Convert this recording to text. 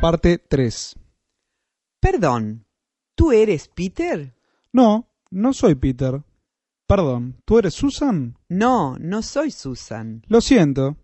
Parte 3. Perdón, ¿tú eres Peter? No, no soy Peter. Perdón, ¿tú eres Susan? No, no soy Susan. Lo siento.